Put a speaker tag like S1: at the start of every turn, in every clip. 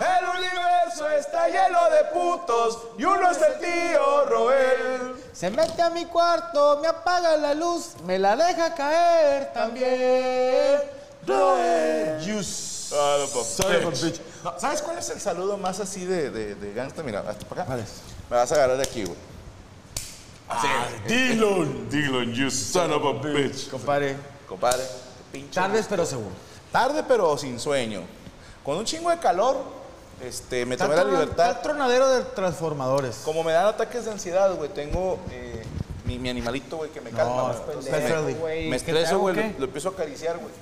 S1: El universo está lleno de putos y uno es el tío Roel.
S2: Se mete a mi cuarto, me apaga la luz, me la deja caer también.
S1: Roel. Yus. Son of a bitch. No, ¿Sabes cuál es el saludo más así de, de, de gangsta? Mira, hasta para acá.
S2: ¿Cuál es?
S1: Me vas a agarrar de aquí, güey. Así. Dillon. Dillon, you son of a bitch.
S2: Compadre,
S1: Compadre, pinche.
S2: tardes pero seguro.
S1: Tarde pero sin sueño. Con un chingo de calor, este, me tomé la
S2: tron-
S1: libertad.
S2: está el tronadero de transformadores.
S1: Como me dan ataques de ansiedad, güey, tengo eh, mi, mi animalito, güey, que me calma. güey.
S2: estás
S1: Entonces,
S2: pendejo,
S1: me-
S2: güey.
S1: me,
S2: ¿Qué te
S1: estreso,
S2: hago,
S1: güey,
S2: qué?
S1: lo, lo empiezo a acariciar, güey.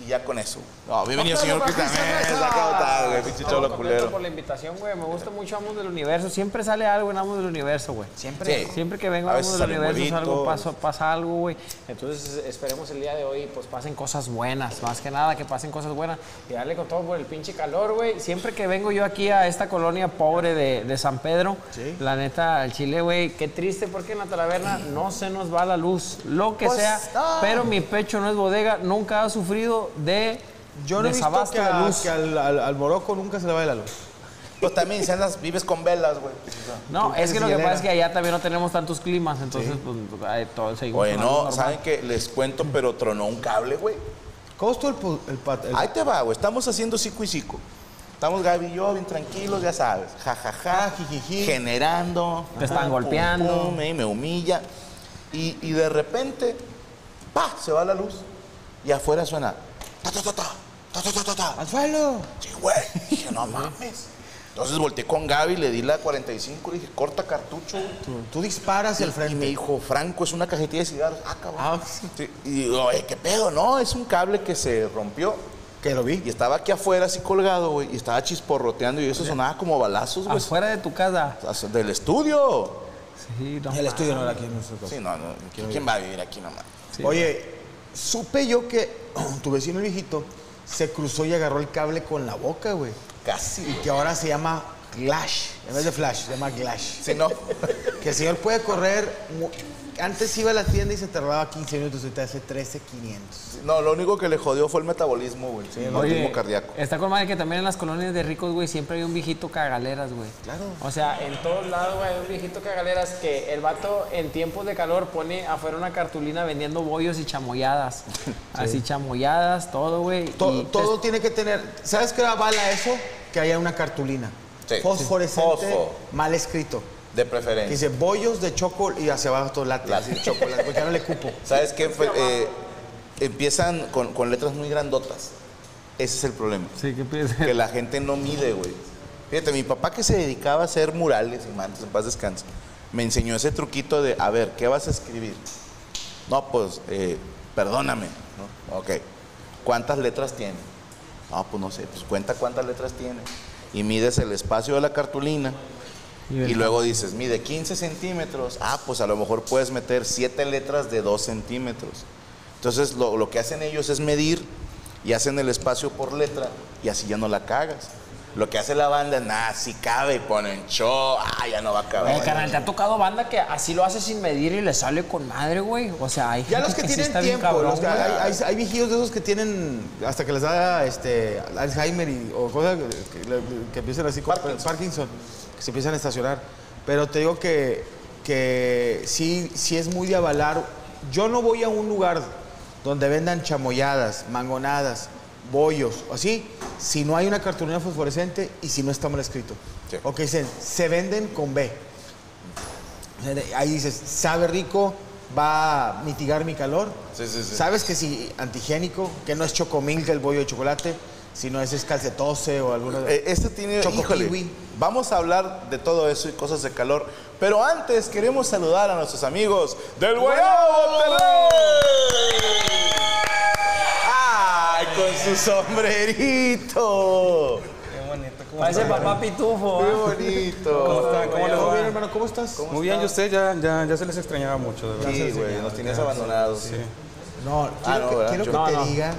S1: Y, y ya con eso. No, bienvenido,
S2: Papá,
S1: señor
S2: papá,
S1: Cristian
S2: cerveza.
S1: Mesa, ¿Cómo estás, güey? Pinche
S3: Estamos
S1: cholo
S3: contentos
S1: culero.
S3: por la invitación, güey. Me gusta mucho Amos del Universo. Siempre sale algo en Amos del Universo, güey. Siempre.
S1: Sí.
S3: Siempre que vengo
S1: A
S3: a
S1: veces
S3: Amos del
S1: sale un
S3: Universo es algo,
S1: huevito.
S3: paso- pasa algo, güey. Entonces esperemos el día de hoy, pues pasen cosas buenas. Más que nada, que pasen cosas buenas. Y darle con todo por el pinche calor, güey. Siempre que vengo yo aquí a esta colonia pobre de, de San Pedro, la neta, al Chile, güey, qué triste porque en la taberna no se nos va la luz. Lo que
S2: Pues,
S3: sea,
S2: ah.
S3: pero mi pecho no es bodega. Nunca ha sufrido de...
S2: Yo no he visto
S3: desabasto
S2: que,
S3: de
S2: a-
S3: luz.
S2: que al, al- al moroco nunca se le va la luz.
S1: Pues también, si andas, vives con velas, güey.
S3: No,
S2: Tú
S3: es que
S2: tienes
S3: lo que
S2: hielera.
S3: pasa es que allá también no tenemos tantos climas, entonces pues, ay, todo seguimos.
S1: Oye,
S3: con algo
S1: no,
S3: normal.
S1: ¿saben qué? Les cuento, pero tronó un cable, güey.
S2: ¿Cómo estuvo el, pu- el pat- el-
S1: Ahí te va, güey. Estamos haciendo cico y cico. Estamos Gaby y yo bien tranquilos, ya sabes. Ja, ja, ja.
S2: Ah, jijiji.
S1: Generando.
S3: Te están
S1: pum,
S3: golpeando.
S1: pum, eh, me humilla. Y, y de repente, pa, se va la luz. Y afuera suena. Ta, ta, ta, ta, ta, ta, ta, ta, ta.
S2: ¡Al suelo!
S1: Sí, güey. Dije, no mames. Entonces volteé con Gaby, le di la 45, le dije, corta cartucho, güey.
S2: Tú, tú disparas hacia el
S1: Y me
S2: frente.
S1: dijo, Franco, es una cajetilla de cigarros. Ah, cabrón.
S2: Ah, sí.
S1: Sí, Y digo, "Oye, ¿qué pedo? No, es un cable que se rompió.
S2: Que lo
S1: Y
S2: vi.
S1: estaba aquí afuera así colgado, güey. Y estaba chisporroteando y eso sonaba como balazos, güey.
S3: Afuera de tu casa.
S1: As- Del estudio.
S3: Sí, no.
S2: El estudio no era aquí en nuestro caso.
S1: Sí, no, no. ¿Quién va a vivir aquí nomás?
S2: Oye, supe yo que tu vecino el viejito se cruzó y agarró el cable con la boca, güey.
S1: Casi.
S2: Y
S1: güey.
S2: que ahora se llama Clash. En vez de Flash, se llama Clash.
S1: Sí, no.
S2: Que el señor puede correr. mu- Antes iba a la tienda y se tardaba 15 minutos, ahorita hace 13, 500.
S1: No, lo único que le jodió fue el metabolismo, güey. el metabolismo
S3: Oye,
S1: cardíaco.
S3: está con madre que también en las colonias de ricos, güey, siempre hay un viejito cagaleras, güey.
S2: Claro.
S3: O sea, en todos lados, güey, hay un viejito cagaleras que el vato en tiempos de calor pone afuera una cartulina vendiendo bollos y chamoyadas. Así chamoyadas, todo, güey.
S2: To-
S3: y pues, te-
S2: todo tiene que tener. ¿Sabes qué avala eso? Que haya una cartulina.
S1: Sí.
S2: Fosforescente,
S1: Fosfo.
S2: mal escrito.
S1: De
S2: Que
S1: preferencia.
S2: dice bollos de choco y hacia abajo todo late.
S1: Late.
S2: así, chocolate, porque ya no le cupo.
S1: ¿Sabes qué? Fe- eh, empiezan con, con letras muy grandotas. Ese es el problema.
S3: Sí, ¿qué piensas?
S1: que la gente no mide, güey. Fíjate, mi papá que se dedicaba a hacer murales y mantos, en paz descanse, me enseñó ese truquito de, a ver, ¿qué vas a escribir? No, pues, eh, perdóname, ¿no? Ok. ¿Cuántas letras tiene? No, pues no sé, pues cuenta cuántas letras tiene. Y mides el espacio de la cartulina y luego dices, mide 15 centímetros. Ah, pues a lo mejor puedes meter 7 letras de 2 centímetros. Entonces, lo, lo que hacen ellos es medir y hacen el espacio por letra y así ya no la cagas. Lo que hace la banda, nada, si cabe y ponen show, ah, ya no va a caber.
S3: Oye, carnal, te ha tocado banda que así lo hace sin medir y le sale con madre, güey. O sea, hay
S2: Ya
S3: gente
S2: los que
S3: sí
S2: tienen
S3: está bien
S2: tiempo,
S3: cabrón,
S2: los que-
S3: güey.
S2: hay, hay- hay viejillos de esos que tienen hasta que les da este Alzheimer y, o cosas que, que- que empiezan así con Parkinson. que se empiezan a estacionar. Pero te digo que, que sí, sí es muy de avalar. Yo no voy a un lugar donde vendan chamoyadas, mangonadas, bollos, o así, si no hay una cartulina fosforescente y si no está mal escrito.
S1: Sí.
S2: O que dicen, se venden con B. O sea, de- Ahí dices, sabe rico, va a mitigar mi calor.
S1: Sí, sí, sí.
S2: Sabes que si antigénico, que no es chocomilk el bollo de chocolate, sino es, es calcetose o alguna
S1: Eh, Este tiene.
S2: Choco
S1: híjole,
S2: kiwi.
S1: Vamos a hablar de todo eso y cosas de calor. Pero antes queremos saludar a nuestros amigos del Guayabo Monterrey. ¡Ay, con su sombrerito!
S4: Qué bonito. ¿cómo
S3: Parece
S4: está,
S3: papá pitufo.
S1: ¡Qué
S3: ¿eh?
S4: ¿Cómo
S1: bonito!
S4: está? ¿Cómo les va?
S2: hermano, ¿cómo estás?
S4: Muy bien, y usted ya, ya, ya se les extrañaba mucho, de verdad.
S1: Sí, güey, nos tenías abandonados.
S4: Sí.
S2: No, quiero
S1: Ah, no,
S2: que,
S1: ¿verdad?
S2: quiero
S1: Yo-
S2: que
S1: No,
S2: te
S3: no.
S2: diga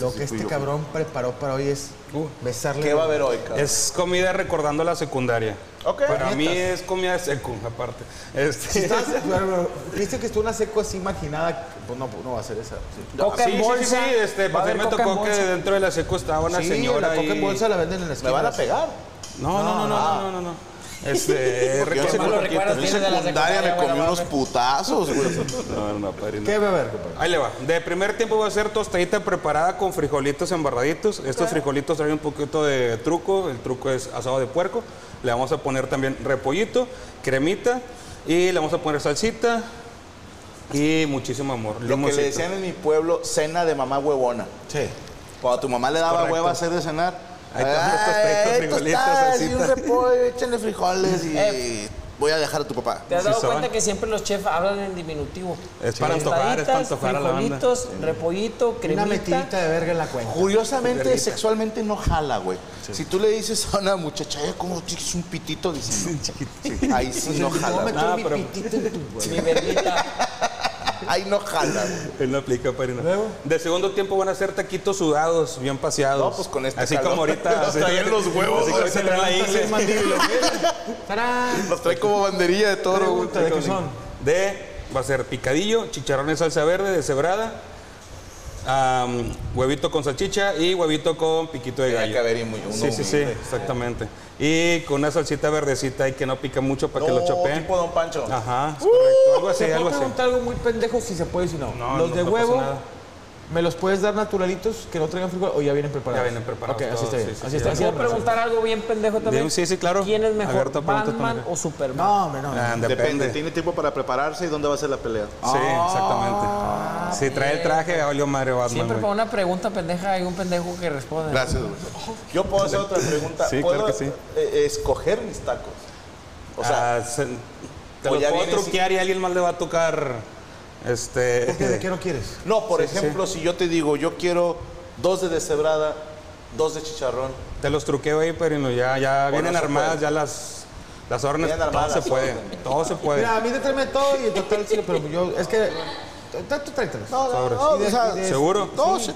S2: lo
S1: sí
S2: que
S1: fui
S2: este
S1: yo.
S2: cabrón preparó para hoy es
S4: Uh,
S2: besarle.
S1: ¿Qué va a haber hoy, cabrón?
S4: Es comida recordando la secundaria.
S1: Ok.
S4: Para mí
S1: Nietas.
S4: es comida de secu, aparte. Este-
S2: Si estás, pero, pero, viste que estuvo una seco así imaginada, pues no, no va a ser esa. sí.
S3: Coca en
S4: sí, sí, sí, sí,
S3: bolsa. Va
S4: este,
S3: a
S4: pues a
S3: haber
S4: mí me
S3: coca en
S4: tocó que
S3: bolsa.
S4: dentro de la secu estaba una
S2: Sí,
S4: señora
S2: la coca en
S4: y-
S2: bolsa la venden en la esquina.
S1: ¿Me van a pegar?
S4: No, no, no, no, no, no, no. Este,
S1: Porque yo en
S3: Qué malos
S4: recuerdo-
S1: secu-
S3: recuerdos
S1: en
S3: tienes de la
S1: secundaria
S3: secundaria,
S1: me comí
S3: buena
S1: unos
S3: madre.
S1: putazos, güey.
S4: No, no, padrino.
S2: ¿Qué va a haber, compadre?
S4: Ahí le va. De primer tiempo va a ser tostadita preparada con frijolitos embarraditos. Estos frijolitos traen un poquito de truco. El truco es asado de puerco. Le vamos a poner también repollito, cremita y le vamos a poner salsita y muchísimo amor.
S1: Lo que
S4: Limoncito.
S1: le decían en mi pueblo, cena de mamá huevona.
S2: Sí.
S1: Cuando tu mamá le daba
S4: Correcto.
S1: hueva hacer de cenar.
S4: Ahí están los tostaditos,
S1: "Ay,
S4: frijolitos, Eh.
S1: tostadas y un
S4: salsita".
S1: repollo, échenle frijoles y voy a dejar a tu papá.
S3: ¿Te has dado
S4: Sí,
S3: cuenta
S4: saben.
S3: que siempre los chefs hablan en diminutivo?
S4: Es para antojar, es para
S3: Tostaditas,
S4: antojar a la banda.
S3: frijolitos, repollito,
S2: Una
S3: cremita.
S2: metidita de verga en la cuenta.
S1: Curiosamente, sexualmente no jala, güey. Si tú le dices a una muchacha, "Ay, ¿cómo tienes un pitito? Dice, "No". Sí, Ahí sí no jala. güey.
S4: Ah,
S2: mi
S4: pero-
S2: pitito en tu, güey.
S3: Mi verguita.
S1: Ahí no jala, güey.
S4: Él no aplica, padrino. De segundo tiempo van a ser taquitos sudados, bien paseados.
S1: No, pues con este
S4: Así
S1: calor.
S4: como ahorita.
S1: Los traían los huevos,
S4: Así como ahorita traen la ingle.
S1: Los trae como banderilla de toro, güey.
S2: ¿de qué son?
S4: De, va a ser picadillo, chicharrón en salsa verde, deshebrada, am, huevito con salchicha y huevito con piquito de
S1: Tenía
S4: gallo.
S1: que haber y muy- uno
S4: sí, sí, sí,
S1: humilde.
S4: exactamente. Y con una salsita verdecita y que no pica mucho para que
S1: No,
S4: lo chopeen. Ah.
S1: tipo Don Pancho.
S4: Ajá, es correcto. Algo
S3: Uh,
S4: así,
S2: Te
S4: algo
S2: puedo
S4: así.
S2: preguntar algo muy pendejo si se puede si no.
S4: No,
S2: los
S4: no,
S2: de
S4: no pasa
S2: huevo,
S4: nada.
S2: ¿me los puedes dar naturalitos que no traigan frijol o ya vienen preparados?
S4: Ya vienen preparados
S2: Ok, así
S4: todos,
S2: está bien.
S4: sí, sí,
S2: así
S4: sí,
S2: está
S4: ya
S2: así
S3: ¿Puedo
S2: está.
S3: preguntar algo bien pendejo también?
S4: Sí, sí, claro.
S3: ¿Quién es mejor,
S4: Alberto, pregunta con
S3: Batman
S4: lo que-
S3: o Superman?
S2: No, hombre, no.
S4: Ah,
S1: Depende.
S4: depende.
S1: tiene tiempo para prepararse y dónde va a ser la pelea.
S4: Sí, exactamente. Si trae el traje, valió Mario Batman.
S3: Ah, Siempre
S4: güey.
S3: para una pregunta pendeja hay un pendejo que responde.
S1: Gracias, güey. Yo puedo hacer otra pregunta.
S4: Sí,
S1: ¿Puedo
S4: claro que sí.
S1: eh, escoger mis tacos? O sea,
S4: Ah, se- te
S1: o
S4: lo
S1: ya
S4: puedo
S1: viene así.
S4: truquear y alguien más le va a tocar. Este.
S2: ¿Por qué, ¿De qué no quieres?
S1: no, por ejemplo, si yo te digo, yo quiero dos de deshebrada, dos de chicharrón.
S4: Te los truqueo ahí, pero ya, ya
S1: O
S4: vienen
S1: no se
S4: armadas,
S1: puede.
S4: ya las, las órdenes,
S1: Vienen
S4: todo
S1: armadas,
S4: se puede,
S1: órdenes.
S4: todo se puede.
S2: Mira, a mí te tráeme todo y en total sí, pero yo, es que, tú- tú tráetelos.
S4: Sobres.
S2: o sea,
S4: ¿Seguro?
S1: Dos,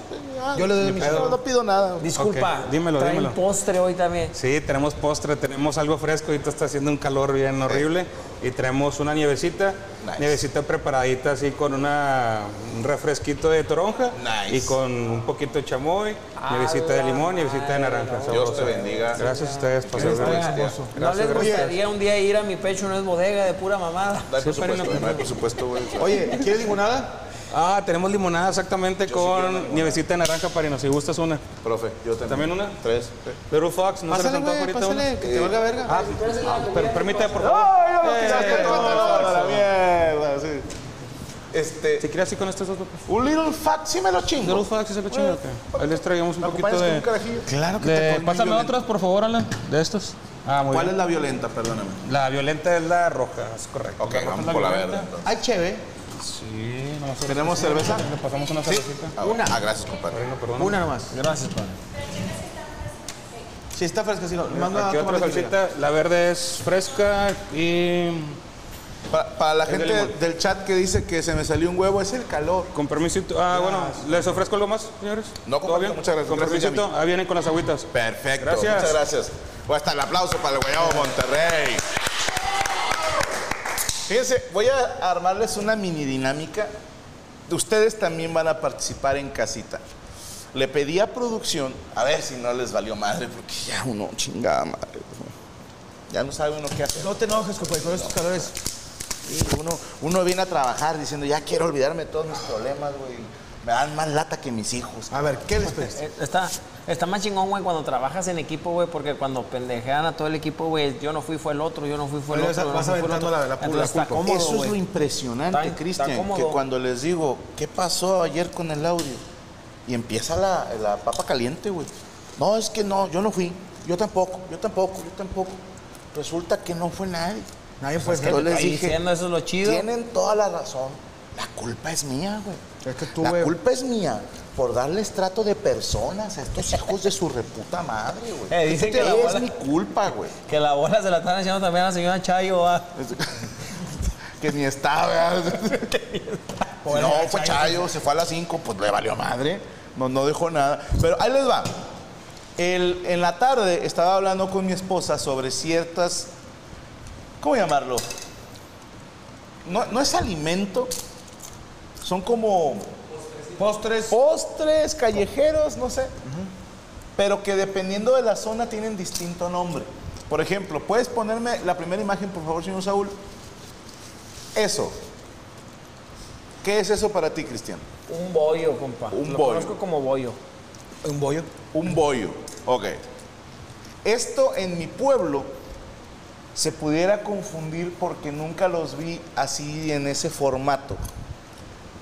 S2: Yo le doy mi
S1: no, no pido nada.
S3: Disculpa,
S4: Ok, dímelo,
S3: traen
S4: dímelo.
S3: postre hoy también.
S4: Sí, tenemos postre, tenemos algo fresco, ahorita está haciendo un calor bien horrible y traemos una nievecita,
S1: Nice.
S4: nievecita preparadita así con una, un refresquito de toronja
S1: Nice.
S4: y con un poquito de chamoy, nievecita
S2: Ah,
S4: de limón, nievecita de naranja.
S1: Dios
S4: sabrosa.
S1: te bendiga.
S4: Gracias a ustedes por ser
S3: Oigan,
S4: grandes.
S3: ¿No les gustaría un día ir a mi pecho? No es bodega de pura mamada.
S1: No hay
S4: Sí, pero
S1: presupuesto,
S4: no-
S1: no hay presupuesto, güey.
S2: Oye, ¿quieres limonada?
S4: Ah, tenemos limonada exactamente
S1: quiero una
S4: con
S1: limonada.
S4: nievecita de naranja, Parino, si gustas una.
S1: Profe, yo también.
S4: ¿También una?
S1: Tres. Eh,
S4: Little Fox, ¿no se
S2: Pásale,
S4: le cantó
S2: güey,
S4: ahorita
S2: pásale,
S4: una?
S2: que te valga verga.
S4: Ah, pero permítame, por favor. Eh,
S1: Ah, la mierda, sí. Este,
S4: Si quieres así con estos dos papas.
S1: un little fat, sí me lo chingo.
S4: Little Fox, ese cochinero acá. Ahí les traigamos un
S1: ¿Me
S4: poquito
S1: acompañas con un
S4: de...
S1: carajillo?
S2: Claro que
S4: de-
S2: te
S4: pásame otras, por favor, Alan, de estos. Ah, muy
S1: ¿Cuál
S4: bien.
S1: es la violenta? Perdóname.
S4: La violenta es la roja, es correcto.
S1: Ok,
S4: La roja es
S1: vamos por la
S4: violenta.
S1: verde. entonces.
S2: Ay, chévere.
S4: Sí, no, nosotros-
S1: ¿Tenemos cerveza?
S4: Le pasamos una cervecita.
S1: Ah, bueno. Ah, gracias, compadre.
S4: No, perdón.
S2: Una nomás.
S3: Gracias, padre.
S2: Si está fresca, si no. Manda a
S4: Aquí
S2: tomar
S4: otra
S2: la que
S4: salsita. La verde es fresca y
S1: Para, para la
S4: de
S1: gente
S4: limón.
S1: del chat que dice que se me salió un huevo, es el calor.
S4: Con permisito. Ah, bueno, ¿les ofrezco algo más, señores?
S1: No,
S4: ¿Todo bien?
S1: muchas gracias.
S4: Con
S1: Gracias,
S4: permisito, ahí vienen con las agüitas.
S1: Perfecto.
S4: Gracias.
S1: Muchas gracias. Voy hasta el aplauso para el Guayabo Monterrey. Fíjense, voy a armarles una mini dinámica. Ustedes también van a participar en casita. Le pedí a producción, a ver si no les valió madre, porque ya uno, chingada madre. Ya no sabe uno qué hacer.
S2: No te enojes, compadre, con estos calores.
S1: Sí, uno, uno viene a trabajar diciendo, ya quiero olvidarme de todos mis problemas, güey. Me dan más lata que mis hijos.
S2: A ver, ¿qué les pediste?
S3: Eh, Está, está más chingón, güey, cuando trabajas en equipo, güey, porque cuando pendejean a todo el equipo, güey, yo no fui, fue el otro, yo no fui, fue el
S2: Oye, vas-
S3: otro. yo no
S2: vas
S3: fui, fue el
S2: aventando
S3: otro.
S2: la- la- la
S3: Entonces está
S2: culpa.
S3: cómodo,
S1: Eso es lo
S3: güey. Está-
S1: impresionante,
S3: está
S1: Cristian, que
S3: cómodo.
S1: cuando les digo, ¿qué pasó ayer con el audio? Y empieza la, la papa caliente, güey. No, es que no, yo no fui. Yo tampoco, yo tampoco, yo tampoco. Resulta que no fue nadie.
S2: Nadie puede
S1: Yo
S2: ser.
S1: les
S3: Ahí
S1: dije,
S3: diciendo, eso es lo chido.
S1: tienen toda la razón. La culpa es mía, güey.
S2: Es que tú,
S1: la
S2: güey.
S1: culpa es mía por darles trato de personas a estos hijos de su reputa madre, güey.
S3: Eh, dicen que la
S1: es
S3: bola-
S1: mi culpa, güey.
S3: Que la bola se la están haciendo también a la señora Chayo, va.
S1: Que ni está, ¿verdad? no, fue Chayo, se fue a las 5, pues le valió madre. No, no dejó nada. Pero ahí les va. El- en la tarde estaba hablando con mi esposa sobre ciertas. ¿Cómo llamarlo? No, no es alimento. Son como
S2: Postres.
S1: postres callejeros, no sé. Pero que dependiendo de la zona tienen distinto nombre. Por ejemplo, ¿puedes ponerme la primera imagen, por favor, señor Saúl? Eso. ¿Qué es eso para ti, Cristian?
S3: Un bollo, compa.
S1: Un
S3: lo
S1: bollo.
S3: conozco como bollo.
S2: Un bollo.
S1: Un bollo. Ok. Esto en mi pueblo se pudiera confundir porque nunca los vi así en ese formato.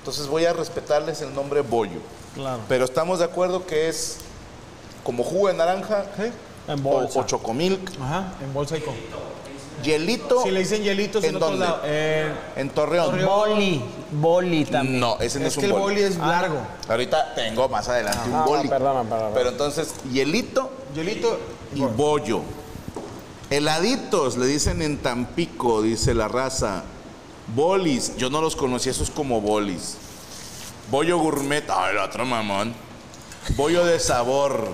S1: Entonces voy a respetarles el nombre bollo.
S3: Claro.
S1: Pero estamos de acuerdo que es como jugo de naranja
S3: En
S1: o,
S3: bolsa.
S1: o chocomilk,
S2: Ajá, en bolsa y con.
S1: hielito
S2: Si le dicen hielitos
S1: ¿En
S2: en, otro
S1: dónde?
S2: lado. Eh,
S1: en Torreón.
S3: Boli, boli también.
S1: No, ese no es,
S2: es que
S1: un
S2: el
S1: boli.
S2: boli es
S4: ah,
S2: largo.
S1: Ahorita tengo más adelante un
S3: Ah,
S1: boli.
S3: perdona, perdona.
S1: Pero entonces hielito
S2: Hielito
S1: y bollo. Heladitos, le dicen en Tampico, dice la raza. Bolis, yo no los conocía, esos como bolis. Bollo gourmet, ah, el otro mamón. Bollo de sabor.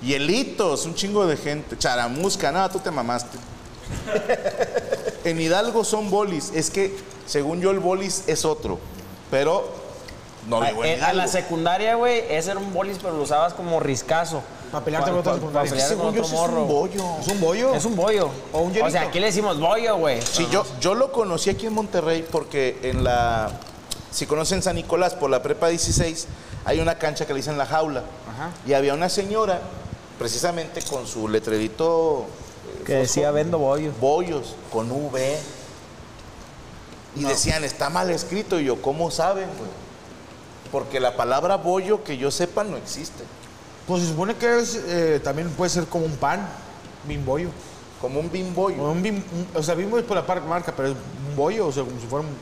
S1: Hielitos, un chingo de gente. Charamusca, nada, tú te mamaste. En Hidalgo son bolis, es que según yo el bolis es otro, pero no
S3: A,
S1: vivo en
S3: en- Eh, a
S1: Hidalgo.
S3: la secundaria, güey, ese era un bolis, pero lo usabas como riscazo.
S2: Pa' pelearte
S3: Pa-
S2: con otro
S3: pa-
S2: secundario.
S3: pa' pelear
S1: Según
S3: con
S1: yo
S3: otro
S1: sí es
S3: morro.
S1: un bollo.
S2: ¿Es un bollo?
S3: Es un bollo.
S2: O un hielito.
S3: O sea, aquí le decimos bollo, güey.
S1: Sí, yo, yo lo conocí aquí en Monterrey porque en la. Si conocen San Nicolás por la prepa 16, hay una cancha que le dicen la jaula. Y había una señora, precisamente con su letrerito. eh,
S3: Que decía vendo bollo.
S1: Bollos, con V. Y decían, está mal escrito. Y yo, ¿cómo saben, güey? Porque la palabra bollo que yo sepa no existe.
S2: Pues se supone que es, eh, también puede ser como un pan, un bollo.
S1: Como un
S2: O,
S3: Ah.
S1: bimbollo.
S2: un bim- un- o sea, bimbo es por la par- marca, pero es un bollo, o sea, como si fuera un...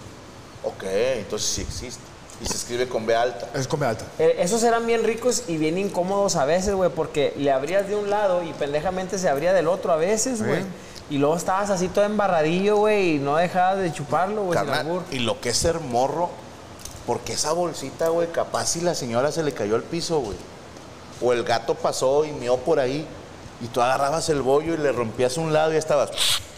S1: Ok, entonces sí existe. Y se escribe con B alta.
S2: Es comida alta.
S3: Eh, Esos eran bien ricos y bien incómodos a veces, güey, porque le abrías de un lado y pendejamente se abría del otro a veces, güey. Y luego estabas así todo embarradillo, güey, y no dejabas de chuparlo, güey, sin
S1: Carnal,
S3: albur.
S1: y lo que es ser morro, porque esa bolsita, güey, capaz si la señora se le cayó al piso, güey. O el gato pasó y meó por ahí. Y tú agarrabas el bollo y le rompías un lado y ya estabas.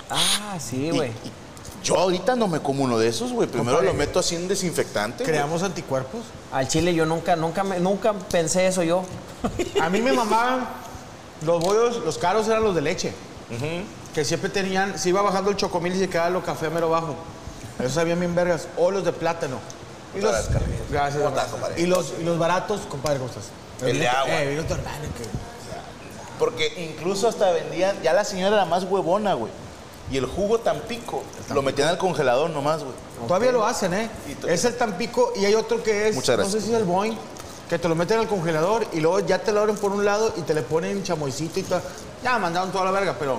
S3: Ah, sí,
S1: Y-
S3: güey.
S1: y yo ahorita no me como uno de esos, güey. Primero
S2: Compadre.
S1: lo meto así en desinfectante. güey.
S2: Creamos anticuerpos.
S3: Al chile yo nunca, nunca, me- nunca pensé eso yo.
S2: A mí me mamaban los bollos, los caros eran los de leche. Que siempre tenían, se iba bajando el chocomil y se quedaba lo café mero bajo. Eso sabían bien vergas. O los de plátano. Y los,
S1: Gracias, Carlitos.
S2: gracias,
S1: ¿Cómo estás,
S2: hermano.
S1: compadre?
S2: Y los, y los baratos, compadre, ¿cómo estás?
S1: El de agua.
S2: Eh, vino tu hermano, que-
S1: Porque incluso hasta vendían, ya la señora era más huevona, güey. Y el jugo tampico, lo metían al congelador nomás, güey.
S2: Todavía lo hacen, ¿eh?
S1: Y to-
S2: Es el Tampico y hay otro que es,
S1: Muchas
S2: no
S1: gracias.
S2: sé si es el Boeing, que te lo meten al congelador y luego ya te lo abren por un lado y te le ponen chamoycito y todo. Ya mandaron toda la verga, pero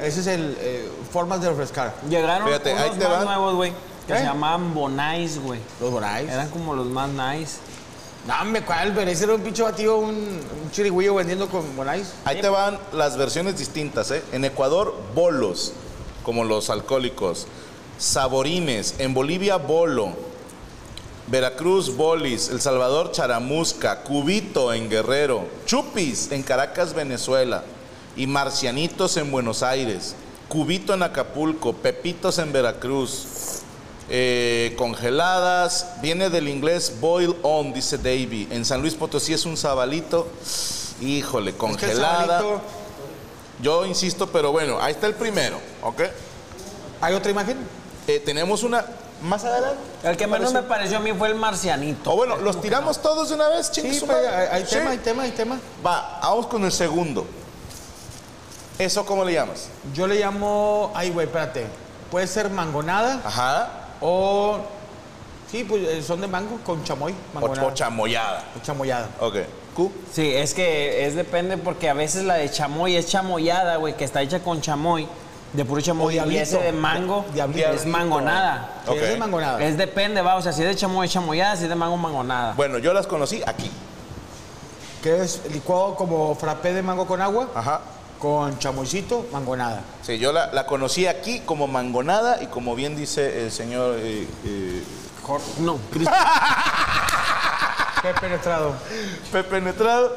S2: ese es el eh, formas de refrescar.
S3: Llegaron
S1: Fíjate, ahí
S3: unos
S1: te
S3: más
S1: va.
S3: nuevos, güey, que
S2: ¿Eh?
S3: se llamaban Bonais, güey.
S2: Los Bonais.
S3: Eran como los más nice.
S2: No, me cuál, pero ese era un pinche batido, un, un chirigüillo vendiendo con Bonais.
S1: Ahí te van las versiones distintas, ¿eh? En Ecuador, bolos, como los alcohólicos. saborines, en Bolivia bolo, Veracruz bolis, El Salvador charamusca, cubito en Guerrero, chupis en Caracas, Venezuela y marcianitos en Buenos Aires, cubito en Acapulco, pepitos en Veracruz. eh, congeladas, viene del inglés boil on, dice Davy. En San Luis Potosí es un sabalito, híjole, congelada.
S2: sabalito-
S1: Yo insisto, pero bueno, ahí está el primero, ¿ok?
S2: ¿Hay otra imagen?
S1: Eh, tenemos una más adelante.
S3: El que menos me pareció a mí fue el marcianito.
S1: O bueno, los tiramos todos de una vez,
S2: Sí,
S1: chingue su
S2: pues,
S1: madre.
S2: hay, hay
S1: Sí.
S2: tema, hay tema, hay tema.
S1: Va, vamos con el segundo. ¿Eso cómo le llamas?
S2: Yo le llamo. Ay, güey, espérate. Puede ser mangonada
S1: Ajá.
S2: o. Sí, pues eh, son de mango con chamoy.
S1: O,
S2: Mangonada.
S1: o chamoyada.
S2: O chamoyada.
S1: Ok. ¿Cu?
S3: Sí, es que es depende porque a veces la de chamoy es chamoyada, güey, que está hecha con chamoy, de puro chamoy. Y
S2: diablito.
S3: ese de mango
S2: Diablito.
S3: es mangonada.
S2: Sí,
S1: Ok.
S2: Es de mangonada.
S3: Es depende, va, o sea, si es de chamoy es chamoyada, si es de mango mangonada.
S1: Bueno, yo las conocí aquí.
S2: Que es licuado como frappé de mango con agua,
S1: Ajá.
S2: con chamoycito, mangonada.
S1: Sí, yo la, la conocí aquí como mangonada y como bien dice el señor eh, eh,
S3: No,
S2: Qué penetrado.
S1: Pepe Netrado,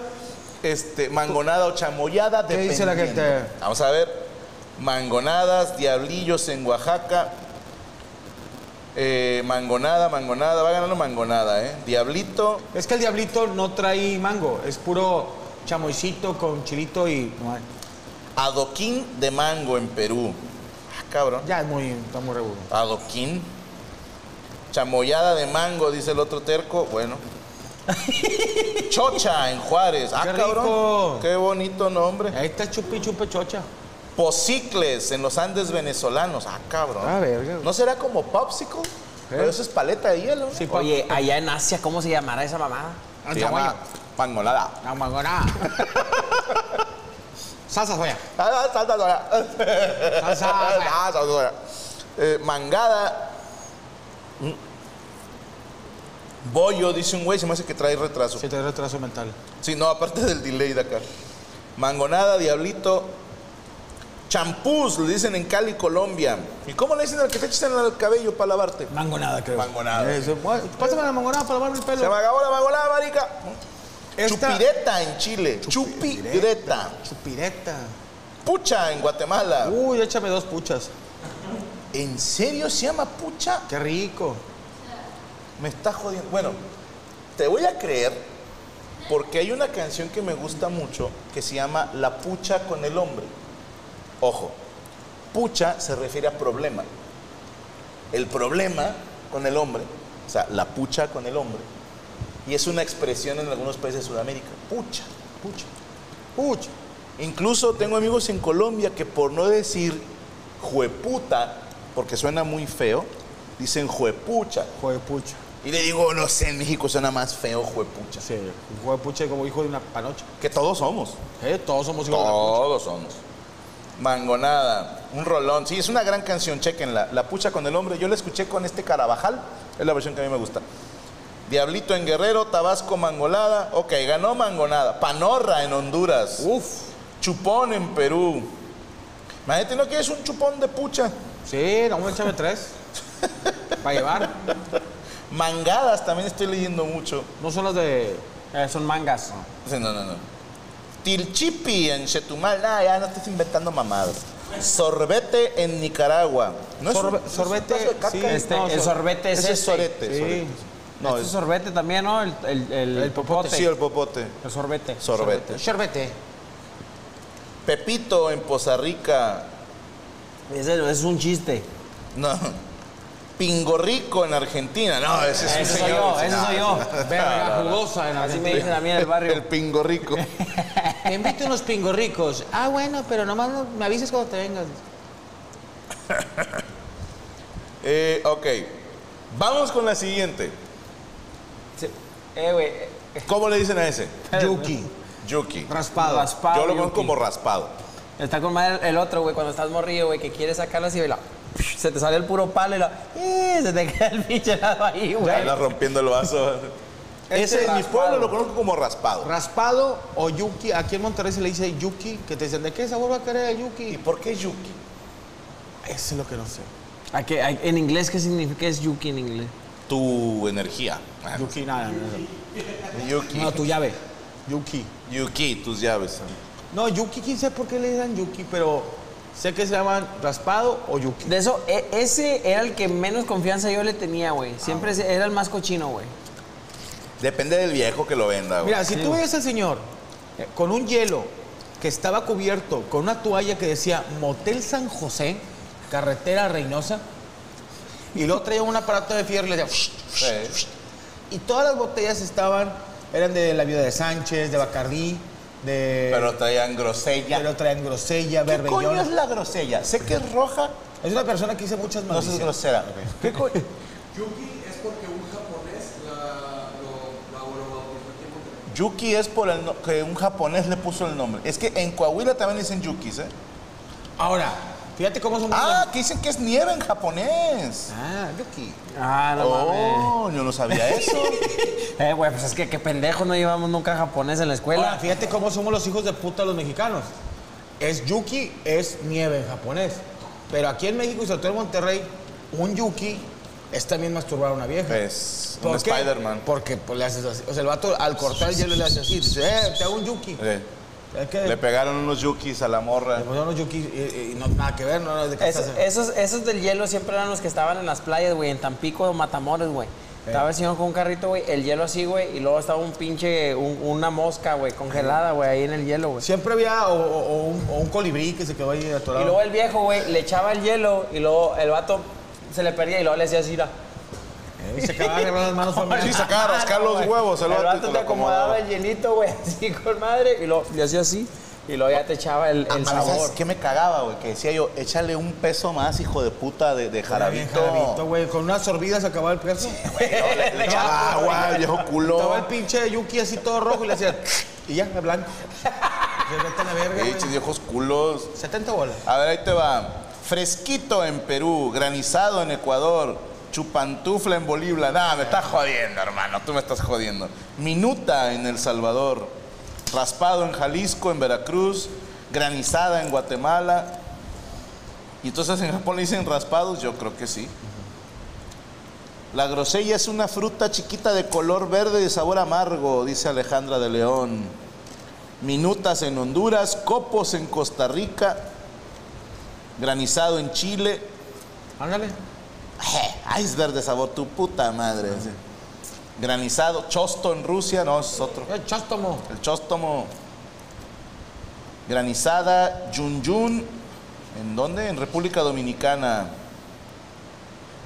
S1: este, mangonada o chamoyada,
S2: ¿Qué dice la
S1: dependiendo.
S2: gente?
S1: Vamos a ver. Mangonadas, diablillos en Oaxaca. Eh, mangonada, mangonada, va ganando mangonada, ¿eh? Diablito,
S2: Es que el diablito no trae mango, es puro chamoycito con chilito y.
S1: adoquín de mango en Perú. Ah, cabrón.
S2: Ya es muy. Está muy rebudo.
S1: Adoquín. Chamoyada de mango, dice el otro terco. Bueno. Chocha en Juárez. Ah,
S2: Qué rico.
S1: cabrón. Qué bonito nombre.
S2: Ahí está chupi chupe chocha.
S1: Pocicles en los Andes venezolanos. Ah, cabrón.
S2: Ah, verga.
S1: ¿No será como popsicle? Pero eso es paleta de hielo. ¿no?
S2: Sí, pa-
S3: Oye, allá en Asia, ¿cómo se llamará esa mamada?
S1: Se llama pangolada.
S2: La mangonada. Salsa soya.
S1: Ah, salsa soya.
S2: Salsa soya.
S1: Ah, salsa soya. Eh, mangada. Mm. Bollo, dice un güey, se me hace que trae retraso.
S2: Si te da retraso mental.
S1: Sí, no, aparte del delay de acá. Mangonada, diablito. Champús, le dicen en Cali, Colombia. ¿Y cómo le dicen al que te echas en el cabello para lavarte?
S2: Mangonada, creo.
S1: Mangonada.
S2: Eso, bueno, Pásame la mangonada para lavarme el
S1: Se me
S2: pelo.
S1: acabó la mangonada, marica.
S2: Esta-
S1: Chupireta en Chile. Chupireta.
S2: Chupireta.
S1: Pucha en Guatemala.
S2: Uy, échame dos puchas.
S1: ¿En serio se llama pucha?
S2: Qué rico.
S1: Me está jodiendo. Bueno, te voy a creer porque hay una canción que me gusta mucho que se llama La pucha con el hombre. Ojo, pucha se refiere a problema. El problema con el hombre, o sea, la pucha con el hombre. Y es una expresión en algunos países de Sudamérica. Pucha, pucha, pucha. Incluso tengo amigos en Colombia que por no decir jueputa, porque suena muy feo, dicen juepucha.
S2: Hijo de pucha.
S1: Y le digo, no sé, en México suena más feo, juepucha.
S2: Sí. Hijo de pucha como hijo de una panocha.
S1: Que todos somos.
S2: Eh, Todos somos hijos de la pucha.
S1: Todos somos. Mangonada, un rolón. Sí, es una gran canción, chequenla. La pucha con el hombre. Yo la escuché con este Carabajal. Es la versión que a mí me gusta. Diablito en Guerrero, Tabasco, Mangolada. Ok, ganó Mangonada. Panorra en Honduras.
S2: Uf.
S1: Chupón en Perú. Imagínate, ¿no quieres un chupón de pucha?
S2: Sí, no, échame tres. Para llevar.
S1: Mangadas también estoy leyendo mucho.
S2: No son las de.
S3: Eh, son mangas.
S1: Sí, no, no, no. Tilchipi en Chetumal. Nah, ya no estás inventando mamadas. Sorbete en Nicaragua. No es
S2: Sorbe-
S1: un-
S2: sorbete,
S1: es un pedazo de caca.
S2: sí.
S3: Este,
S2: no,
S3: el
S2: sor-
S3: sorbete es
S1: Ese es
S3: este.
S1: sorete.
S2: Sí.
S1: sorete. No,
S3: Este es sorbete también, ¿no? El, el, el,
S2: El popote.
S1: es, sí, el popote.
S3: El sorbete.
S1: Sorbete.
S2: Sherbete.
S1: Pepito en Poza Rica.
S3: Ese es un chiste.
S1: No. Pingorrico en Argentina. No, ese es un
S3: Ese soy
S1: señor.
S3: yo,
S1: ese-
S3: ese
S1: no,
S3: soy yo.
S2: Verga jugosa en
S3: Así me
S2: Argentina.
S3: dicen a mí en el barrio.
S1: El pingorrico.
S2: Te invito unos pingorricos. Ah, bueno, pero nomás no- me avises cuando te vengas.
S1: Eh, ok. Vamos con la siguiente.
S3: Sí. Eh, güey. eh,
S1: ¿Cómo le dicen a ese?
S2: Yuki.
S1: Yuki.
S2: Raspado.
S3: Raspado,
S1: Yo lo conozco
S3: Yuki.
S1: como raspado.
S3: Está con madre el otro, güey, cuando estás morrido, güey, que quieres sacarla así, güey, la- se te sale el puro palo y la... ¡Eh! Se te queda el pinche lado ahí, güey.
S1: Anda rompiendo el vaso.
S3: Este
S1: Ese en mi
S3: raspado.
S1: pueblo lo conozco como raspado.
S2: Raspado o yuki. Aquí en Monterrey se le dice yuki, que te dicen, ¿de qué sabor va a querer el
S1: ¿Y
S2: yuki?
S1: por qué yuki?
S2: Eso es lo que no sé.
S3: ¿A qué- a- en inglés, ¿qué significa ¿Qué es yuki en inglés?
S1: Tu energía. Ah,
S3: Yuki, nada.
S1: Yuki.
S3: No, tu llave.
S2: Yuki.
S1: Yuki, tus llaves.
S2: No, Yuki, quién sabe por qué le dicen Yuki, pero sé que se llaman raspado o Yuki.
S3: De eso, e- ese era el que menos confianza yo le tenía, güey. Siempre ese- era el más cochino, güey.
S1: Depende del viejo que lo venda, güey.
S2: Mira, si tú veías al señor eh, con un hielo que estaba cubierto con una toalla que decía Motel San José, carretera Reynosa, y luego traía un aparato de fierro y le decía,
S1: Sí.
S2: y todas las botellas estaban, eran de la viuda de Sánchez, de Bacardí, de...
S1: Pero traían grosella.
S2: pero traían grosella,
S1: ¿Qué coño
S2: verbellón.
S1: es la grosella? Sé que es roja,
S2: Es una persona que hice muchas
S1: no es
S2: maldiciones.
S1: grosera.
S2: ¿Qué coño?
S1: Yuki es por el no- que un japonés le puso el nombre. Es que en Coahuila también dicen yukis, ¿eh?
S2: Ahora, fíjate cómo son...
S1: Ah, que dicen que es nieve en japonés.
S2: Ah, Yuki.
S3: Ah, no mames.
S1: Oh, yo no sabía eso.
S3: Eh, güey, pues es que qué pendejo, no llevamos nunca japonés en la
S1: Pues
S2: Ahora,
S3: escuela.
S2: fíjate cómo somos los hijos de puta los mexicanos. Es yuki, es nieve en japonés. Pero aquí en México y sobre todo en Monterrey, un yuki es también masturbar a una vieja.
S1: es
S2: ¿Por
S1: Pues, un
S2: qué?
S1: Spider-Man.
S2: Porque pues, le haces así. O sea, el vato al cortar el hielo le hace así. Dice, eh, te hago un yuki.
S1: Eh,
S2: Es que
S1: Le
S2: le
S1: pegaron unos yukis a la morra.
S2: pusieron los yuki y, y no nada que ver, no, no es de casa.
S3: Esos, esos, esos del hielo siempre eran los que estaban en las playas, güey, en Tampico o Matamoros, güey. Estaba el señor con un carrito, güey, el hielo así, güey, y luego estaba un pinche, un- una mosca, güey, congelada, güey, ahí en el hielo, güey.
S2: Siempre había o, o- o un, o un colibrí que se quedó ahí atorado.
S3: Y luego el viejo, güey, le echaba el hielo y luego el vato se le perdía y luego le hacía así, mira.
S2: Eh, y se acababa agarrando las manos familiares.
S1: Sí, sacaba a rascar
S3: Ah, no,
S1: los
S3: güey.
S1: huevos, el
S3: El
S1: vato, y
S3: vato
S1: te
S3: te
S1: lo
S3: acomodaba
S1: acomodaba.
S3: el hielito, güey, así con madre, y luego le hacía así, y luego ya te echaba el, el
S1: Ah, ¿sabes
S3: sabor.
S1: qué me cagaba, güey? Que decía yo, échale un peso más, hijo de puta, de, de
S2: Era bien
S1: jarabito.
S2: jarabito, güey. Con unas sorbidas se acababa el peso.
S1: Le echaba agua, Ah, viejo
S2: Estaba el
S1: culo.
S2: pinche Yuki así todo rojo y le hacía. y ya, blanco. Se vete a la verga. güey.
S1: Pinches viejos culos.
S2: 70 bolas.
S1: A ver, ahí te va. Fresquito en Perú, granizado en Ecuador, chupantufla en Bolivia. Nada, me estás jodiendo, hermano. Tú me estás jodiendo. Minuta en El Salvador, raspado en Jalisco, en Veracruz, granizada en Guatemala. Y entonces en Japón le dicen raspados, yo creo que sí. La grosella es una fruta chiquita de color verde y de sabor amargo, dice Alejandra de León. Minutas en Honduras, copos en Costa Rica, granizado en Chile,
S2: Ándale.
S1: iceberg de sabor, tu puta madre. así. Granizado, chosto en Rusia, no, es otro.
S2: Eh, chóstomo.
S1: El chóstomo. Granizada, yun yun. ¿En dónde? En República Dominicana.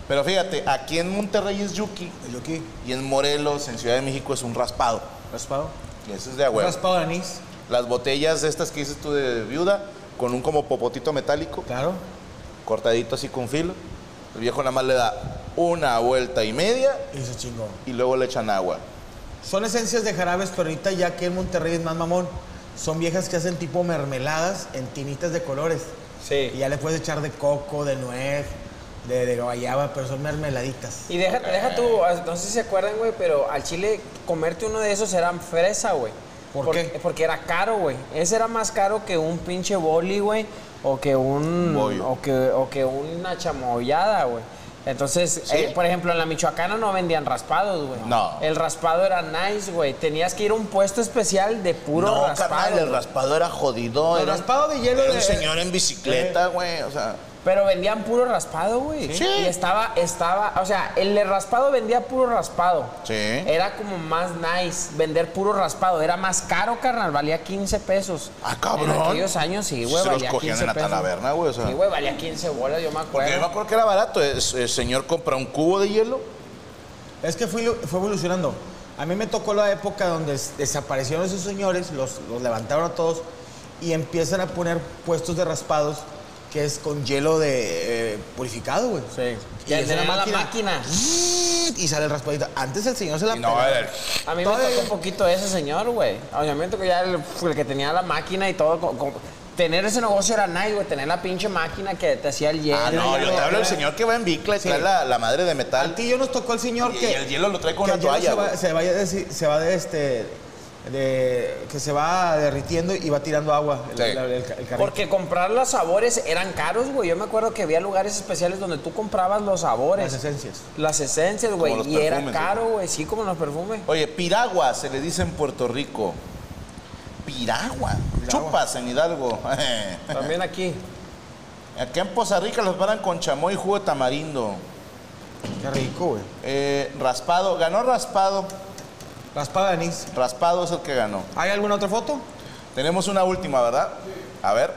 S1: Pero fíjate, aquí en Monterrey es yuki
S2: El Yuki.
S1: y en Morelos, en Ciudad de México, es un raspado.
S2: Raspado.
S1: Y eso es de agua.
S2: Raspado de anís.
S1: Las botellas estas que dices tú de viuda, con un como popotito metálico.
S2: Claro.
S1: cortadito así con filo. El viejo nada más le da una vuelta y media
S2: Y se chingó.
S1: y luego le echan agua.
S2: Son esencias de jarabes, pero ahorita ya que en Monterrey es más mamón. Son viejas que hacen tipo mermeladas en tinitas de colores.
S3: Sí.
S2: Y ya le puedes echar de coco, de nuez, de, de guayaba, pero son mermeladitas.
S3: Y deja, deja tú, ah, no sé si se acuerdan, güey, pero al chile comerte uno de esos era fresa, güey.
S2: ¿Por
S3: Por-
S2: qué?
S3: Porque era caro, güey. Ese era más caro que un pinche boli, güey, o que un
S1: Bollo.
S3: o que o que una chamoyada, güey. Entonces, eh, por ejemplo, en la Michoacana no vendían raspados, güey.
S1: No.
S3: El raspado era nice, güey. Tenías que ir a un puesto especial de puro
S1: no,
S3: raspado.
S1: carnal, el
S3: güey.
S1: raspado era jodido.
S2: El
S1: era un-
S2: raspado de hielo
S1: era
S2: de-
S1: un señor en bicicleta, güey. O sea,
S3: Pero vendían puro raspado, güey.
S1: Sí.
S3: Y estaba, estaba, o sea, el de raspado vendía puro raspado.
S1: Sí.
S3: Era como más nice vender puro raspado. Era más caro, carnal. Valía 15 pesos.
S1: Ah, cabrón.
S3: En aquellos años, sí, güey.
S1: Se los
S3: valía
S1: cogían
S3: 15
S1: en la
S3: pesos.
S1: talaverna, güey, o sea.
S3: Sí, güey, valía 15 bolas, yo me acuerdo.
S1: porque yo me acuerdo que era barato. es- El, señor compra un cubo de hielo.
S2: Es que fue, fue evolucionando. A mí me tocó la época donde s- desaparecieron esos señores, los, los levantaron a todos y empiezan a poner puestos de raspados que es con hielo de eh, purificado, güey.
S3: Sí.
S2: Y es una
S3: era la
S2: máquina.
S3: máquina.
S2: Y sale el raspadito. Antes el señor se la
S1: Y no,
S2: pelaba.
S1: era-
S3: A mí
S2: Todavía-
S3: me tocó un poquito ese señor, güey. A mí me tocó ya el, pues, el que tenía la máquina y todo. co- co- tener ese negocio era nice, güey. Tener la pinche máquina que te hacía el hielo.
S1: Ah, no,
S3: y
S1: yo te
S3: todo.
S1: hablo del señor que va en bicla y trae la, la madre de
S2: A
S1: metal.
S2: ti y yo nos tocó el señor
S1: Y-
S2: que.
S1: y el hielo lo trae con
S2: que
S1: una
S2: el hielo
S1: toalla,
S2: Se va,
S1: güey.
S2: se vaya de- se va de este. de- que se va derritiendo y va tirando agua el,
S1: Sí.
S2: el- el- el carrito.
S3: Porque comprar los sabores eran caros, güey. Yo me acuerdo que había lugares especiales donde tú comprabas los sabores.
S2: Las esencias.
S3: Las esencias, güey.
S1: los
S3: Y era
S1: perfumes,
S3: caro, güey. Sí, como los perfumes.
S1: Oye, piragua se le dice en Puerto Rico. Piragua. Chupas en Hidalgo.
S3: También aquí.
S1: Aquí en Poza Rica los paran con chamoy y jugo de tamarindo.
S2: Qué rico, güey.
S1: Eh, raspado. Ganó raspado.
S2: Raspada de anís.
S1: Raspado es el que ganó.
S2: ¿Hay alguna otra foto?
S1: Tenemos una última, ¿verdad? A ver.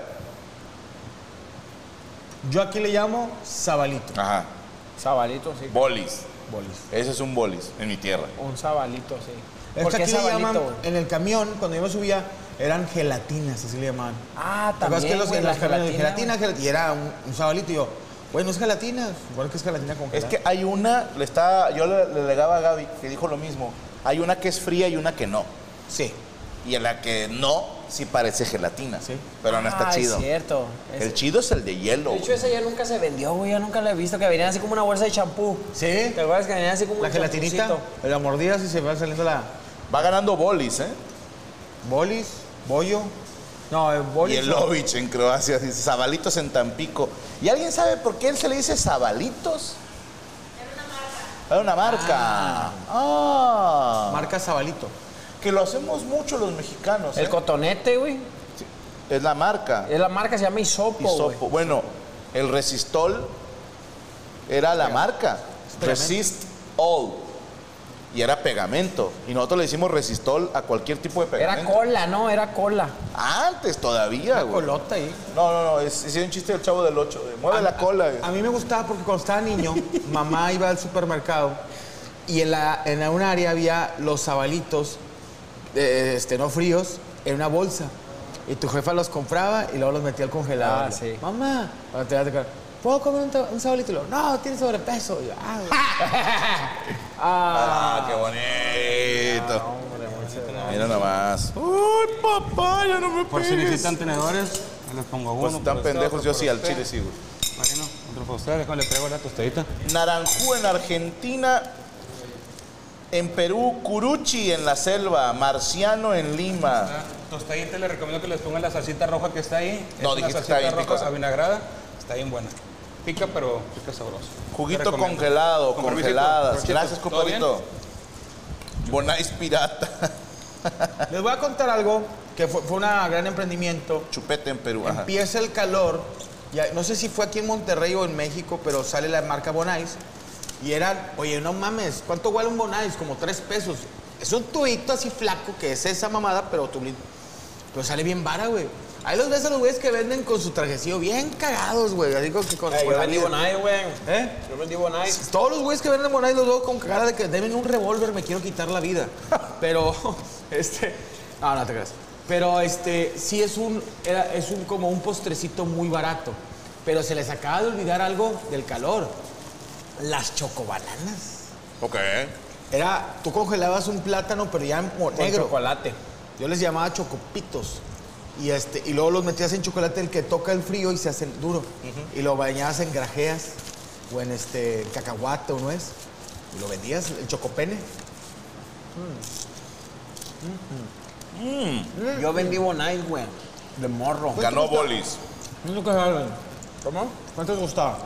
S2: Yo aquí le llamo sabalito.
S1: Ajá.
S3: Sabalito, sí.
S1: Bolis.
S2: Bolis.
S1: Ese es un bolis en mi tierra.
S3: Un sabalito, sí.
S2: Es
S3: ¿Por
S2: que
S3: qué
S2: aquí le llaman,
S3: sabalito, güey?
S2: en el camión, cuando yo me subía, eran gelatinas, así le llamaban.
S3: Ah,
S2: ¿Te acuerdas
S3: también.
S2: que los,
S3: güey,
S2: en
S3: la
S2: los camiones,
S3: gelatina,
S2: gelatina, gelatina, y era un, un sabalito, y yo, güey, no es gelatina, igual que es gelatina con
S1: Es que hay una, le está, yo le, le legaba a Gaby que dijo lo mismo. Hay una que es fría y una que no.
S2: Sí.
S1: Y en la que no, sí parece gelatina.
S2: Sí.
S1: Pero no está
S3: Ah,
S1: chido.
S3: Es cierto. Es-
S1: El chido es el de hielo.
S3: De hecho,
S1: güey.
S3: esa ya nunca se vendió, güey. Yo nunca la he visto. Que venían así como una bolsa de champú.
S2: Sí.
S3: ¿Te acuerdas que venían así como
S2: La
S3: un
S2: gelatinita,
S3: champucito?
S2: la mordida, si se va saliendo la
S1: Va ganando bolis, ¿eh?
S2: bolis, bollo. No, el bolis.
S1: Y el Lovich en Croacia dice Zabalitos en Tampico. ¿Y alguien sabe por qué él se le dice Zabalitos? Era una marca. Era una marca. Ah.
S2: Marca sabalito.
S1: Que lo hacemos mucho los mexicanos.
S3: El
S1: ¿eh?
S3: cotonete, güey.
S1: Es la marca.
S3: Es la marca, se llama Isopo,
S1: Y
S3: güey.
S1: sopo. Bueno, el Resistol era la marca. Resist All. Y era pegamento. Y nosotros le decimos Resistol a cualquier tipo de
S3: Era
S1: pegamento.
S3: cola, ¿no? Era cola.
S1: Antes todavía, güey.
S2: Colota ahí.
S1: No, no, no. Es, es un chiste del chavo del 8. Mueve
S3: Ah,
S1: la cola. güey.
S2: A mí me gustaba porque cuando estaba niño, mamá iba al supermercado y en, la, en un área había los sabalitos, eh, este, no fríos, en una bolsa. Y tu jefa los compraba y luego los metía al congelador.
S3: Ah, sí.
S2: Mamá, cuando te vas de cara, ¿puedo comer un, ta- un sabalito? Y luego, no, tiene sobrepeso. Y yo, ah, güey.
S1: Ah, qué bonito. Mira nomás. Uy, papá, ya no me
S4: Por si necesitan tenedores, ahí les pongo uno.
S1: Pues están
S4: para usted,
S1: pendejos,
S4: otro
S1: yo
S4: para
S1: sí, al
S4: usted.
S1: chile sí, güey.
S4: Bueno, otro para usted, déjame le pego la tostadita.
S1: Naranjú en Argentina, en Perú, Curuchi en la selva, Marciano en Lima.
S4: Ah, Tostadita, le recomiendo que les pongan la salsita roja que está ahí.
S1: No, dijiste
S4: una
S1: que está
S4: salsita
S1: bien
S4: roja
S1: picosa.
S4: avinagrada, está bien buena. Pica, pero pica sabroso. Le
S1: Juguito
S4: recomiendo.
S1: congelado,
S4: Compromisito,
S1: congeladas.
S4: Rochito,
S1: Gracias,
S4: ¿todo bien?
S1: compadrito. Bonais Pirata,
S2: Les voy a contar algo que fue, fue un gran emprendimiento.
S1: chupete en Perú. ajá.
S2: Empieza el calor. ya- no sé si fue aquí en Monterrey o en México, pero sale la marca Bonais. Y eran, oye, no mames, ¿cuánto vale un Bonais? Como tres pesos. Es un tubito así flaco que es esa mamada, pero tubito. Pero sale bien vara, güey. Ahí los ves a los güeyes que venden con su trajecillo bien cagados, güey. Así como que con
S3: Ey,
S2: con
S3: yo
S2: la
S3: vendí
S2: vida.
S3: Bonai, güey.
S2: ¿Eh?
S3: Yo vendí Bonai.
S2: Todos los güeyes que venden Bonai los veo con cara de que deben un revólver, me quiero quitar la vida. Pero, este. No, no te creas. Pero este, sí es un. Era, es un como un postrecito muy barato. Pero se les acaba de olvidar algo del calor. Las chocobananas.
S1: Ok. ¿eh?
S2: Era, tú congelabas un plátano, pero ya en- como
S3: Con
S2: negro.
S3: chocolate.
S2: Yo les llamaba chocopitos. Y, este, y luego los metías en chocolate, el que toca el frío y se hace el duro. Y lo bañabas en grajeas o en este cacahuate o nuez. Y lo vendías, el chocopene.
S3: Yo vendí Bonai, güey. De morro.
S1: Ganó Bolis.
S3: ¿Cuánto saben? ¿Cómo? ¿Cuánto te gustaba?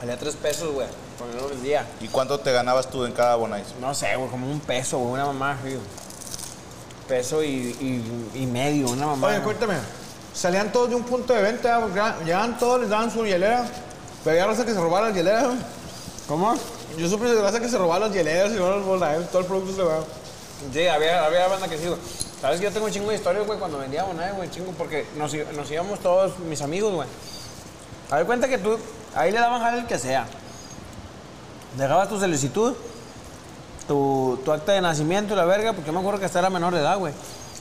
S3: Valía tres pesos, güey. Porque no lo vendía.
S1: ¿Y cuánto te ganabas tú en cada Bonais?
S3: No sé, güey, como un peso, güey, una mamá, güey. Peso y, y- y medio, una mamá.
S2: Oye,
S3: ¿no?
S2: cuéntame, salían todos de un punto de venta, porque ya- llegaban todos, les daban su hielera. Pero ya raza que se robaba la hielera. güey.
S3: ¿Cómo?
S2: Yo supe de raza que se robaba las hieleras y no las bolas, todo el producto se va.
S3: Sí, había, había banda que sí, güey. Sabes que yo tengo un chingo de historias, güey, cuando vendía Bonai, güey, chingo, porque nos, i- nos íbamos todos mis amigos, güey. A ver, cuenta que tú, ahí le daban jale el que sea. Dejabas tu solicitud, tu, tu acta de nacimiento y la verga, porque yo me acuerdo que hasta era menor de edad, güey.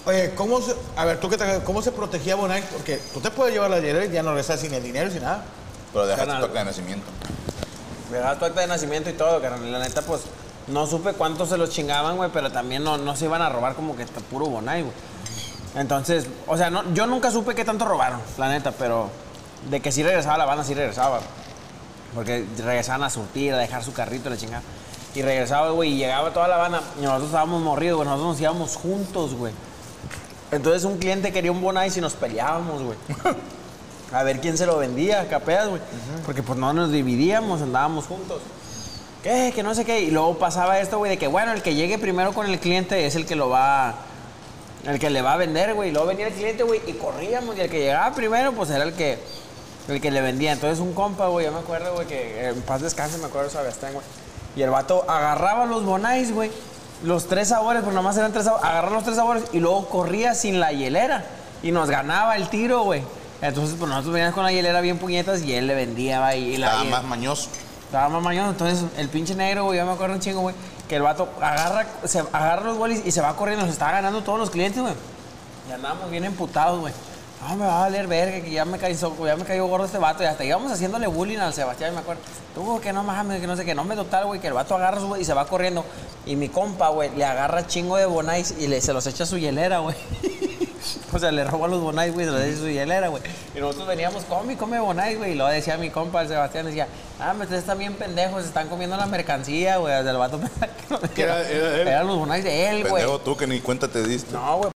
S2: Oye, ¿cómo se, a ver, tú que te, ¿cómo se protegía Bonai? Porque tú te puedes llevar la hielera y ya no regresas sin el dinero, sin nada.
S1: Pero dejaste tu
S3: Ganado.
S1: acta de nacimiento.
S3: Dejaba tu acta de nacimiento y todo, carnal. Y La neta, pues, no supe cuántos se los chingaban, güey, pero también no, no se iban a robar como que t- puro Bonai, güey. Entonces, o sea, no, yo nunca supe qué tanto robaron, la neta, pero de que sí regresaba la banda, sí regresaba. Porque regresaban a surtir, a dejar su carrito, la chingada. Y regresaba, güey, y llegaba toda la banda. Y nosotros estábamos morridos, güey. Nosotros nos íbamos juntos, güey. Entonces un cliente quería un Bon Ice y nos peleábamos, güey. A ver quién se lo vendía, capeas, güey. Porque pues no nos dividíamos, andábamos juntos. ¿Qué? Que no sé qué. Y luego pasaba esto, güey, de que bueno, el que llegue primero con el cliente es el que lo va. El que le va a vender, güey. Y luego venía el cliente, güey, y corríamos. Y el que llegaba primero, pues era el que. El que le vendía. Entonces un compa, güey, yo me acuerdo, güey, que eh, en paz descanse, me acuerdo de Sebastián, güey. Y el vato agarraba los bonais, güey. Los tres sabores, pues nomás eran tres sabores. Agarraba los tres sabores y luego corría sin la hielera. Y nos ganaba el tiro, güey. Entonces, pues nosotros veníamos con la hielera bien puñetas y él le vendía, va, y la
S4: E.
S1: Estaba
S3: y-
S1: más mañoso.
S3: estaba más mañoso, entonces el pinche negro, güey, yo me acuerdo un chingo, güey, que el vato agarra, se, agarra los bolis y se va corriendo, se estaba ganando todos los clientes, güey. Y andábamos bien emputados, güey. No, me va a valer verga, que ya me cayó, ya me cayó gordo este vato. Y hasta íbamos haciéndole bullying al Sebastián, me acuerdo. Tú, que no mames, que no sé qué, no me total, güey, que el vato agarra su güey y se va corriendo. Y mi compa, güey, le agarra chingo de bonais y le, se los echa a su hielera, güey. O sea, le roba los bonais, güey, se los echa a su hielera, güey. Y nosotros veníamos, come, come bonais, güey. Y luego decía mi compa, el Sebastián, decía, ah, me ustedes están bien pendejos, se están comiendo la mercancía, güey. O sea, El vato pensaba que no-
S2: Que era- era él.
S3: eran los bonais de él, güey.
S1: Pendejo tú que ni cuenta te diste.
S3: No, güey,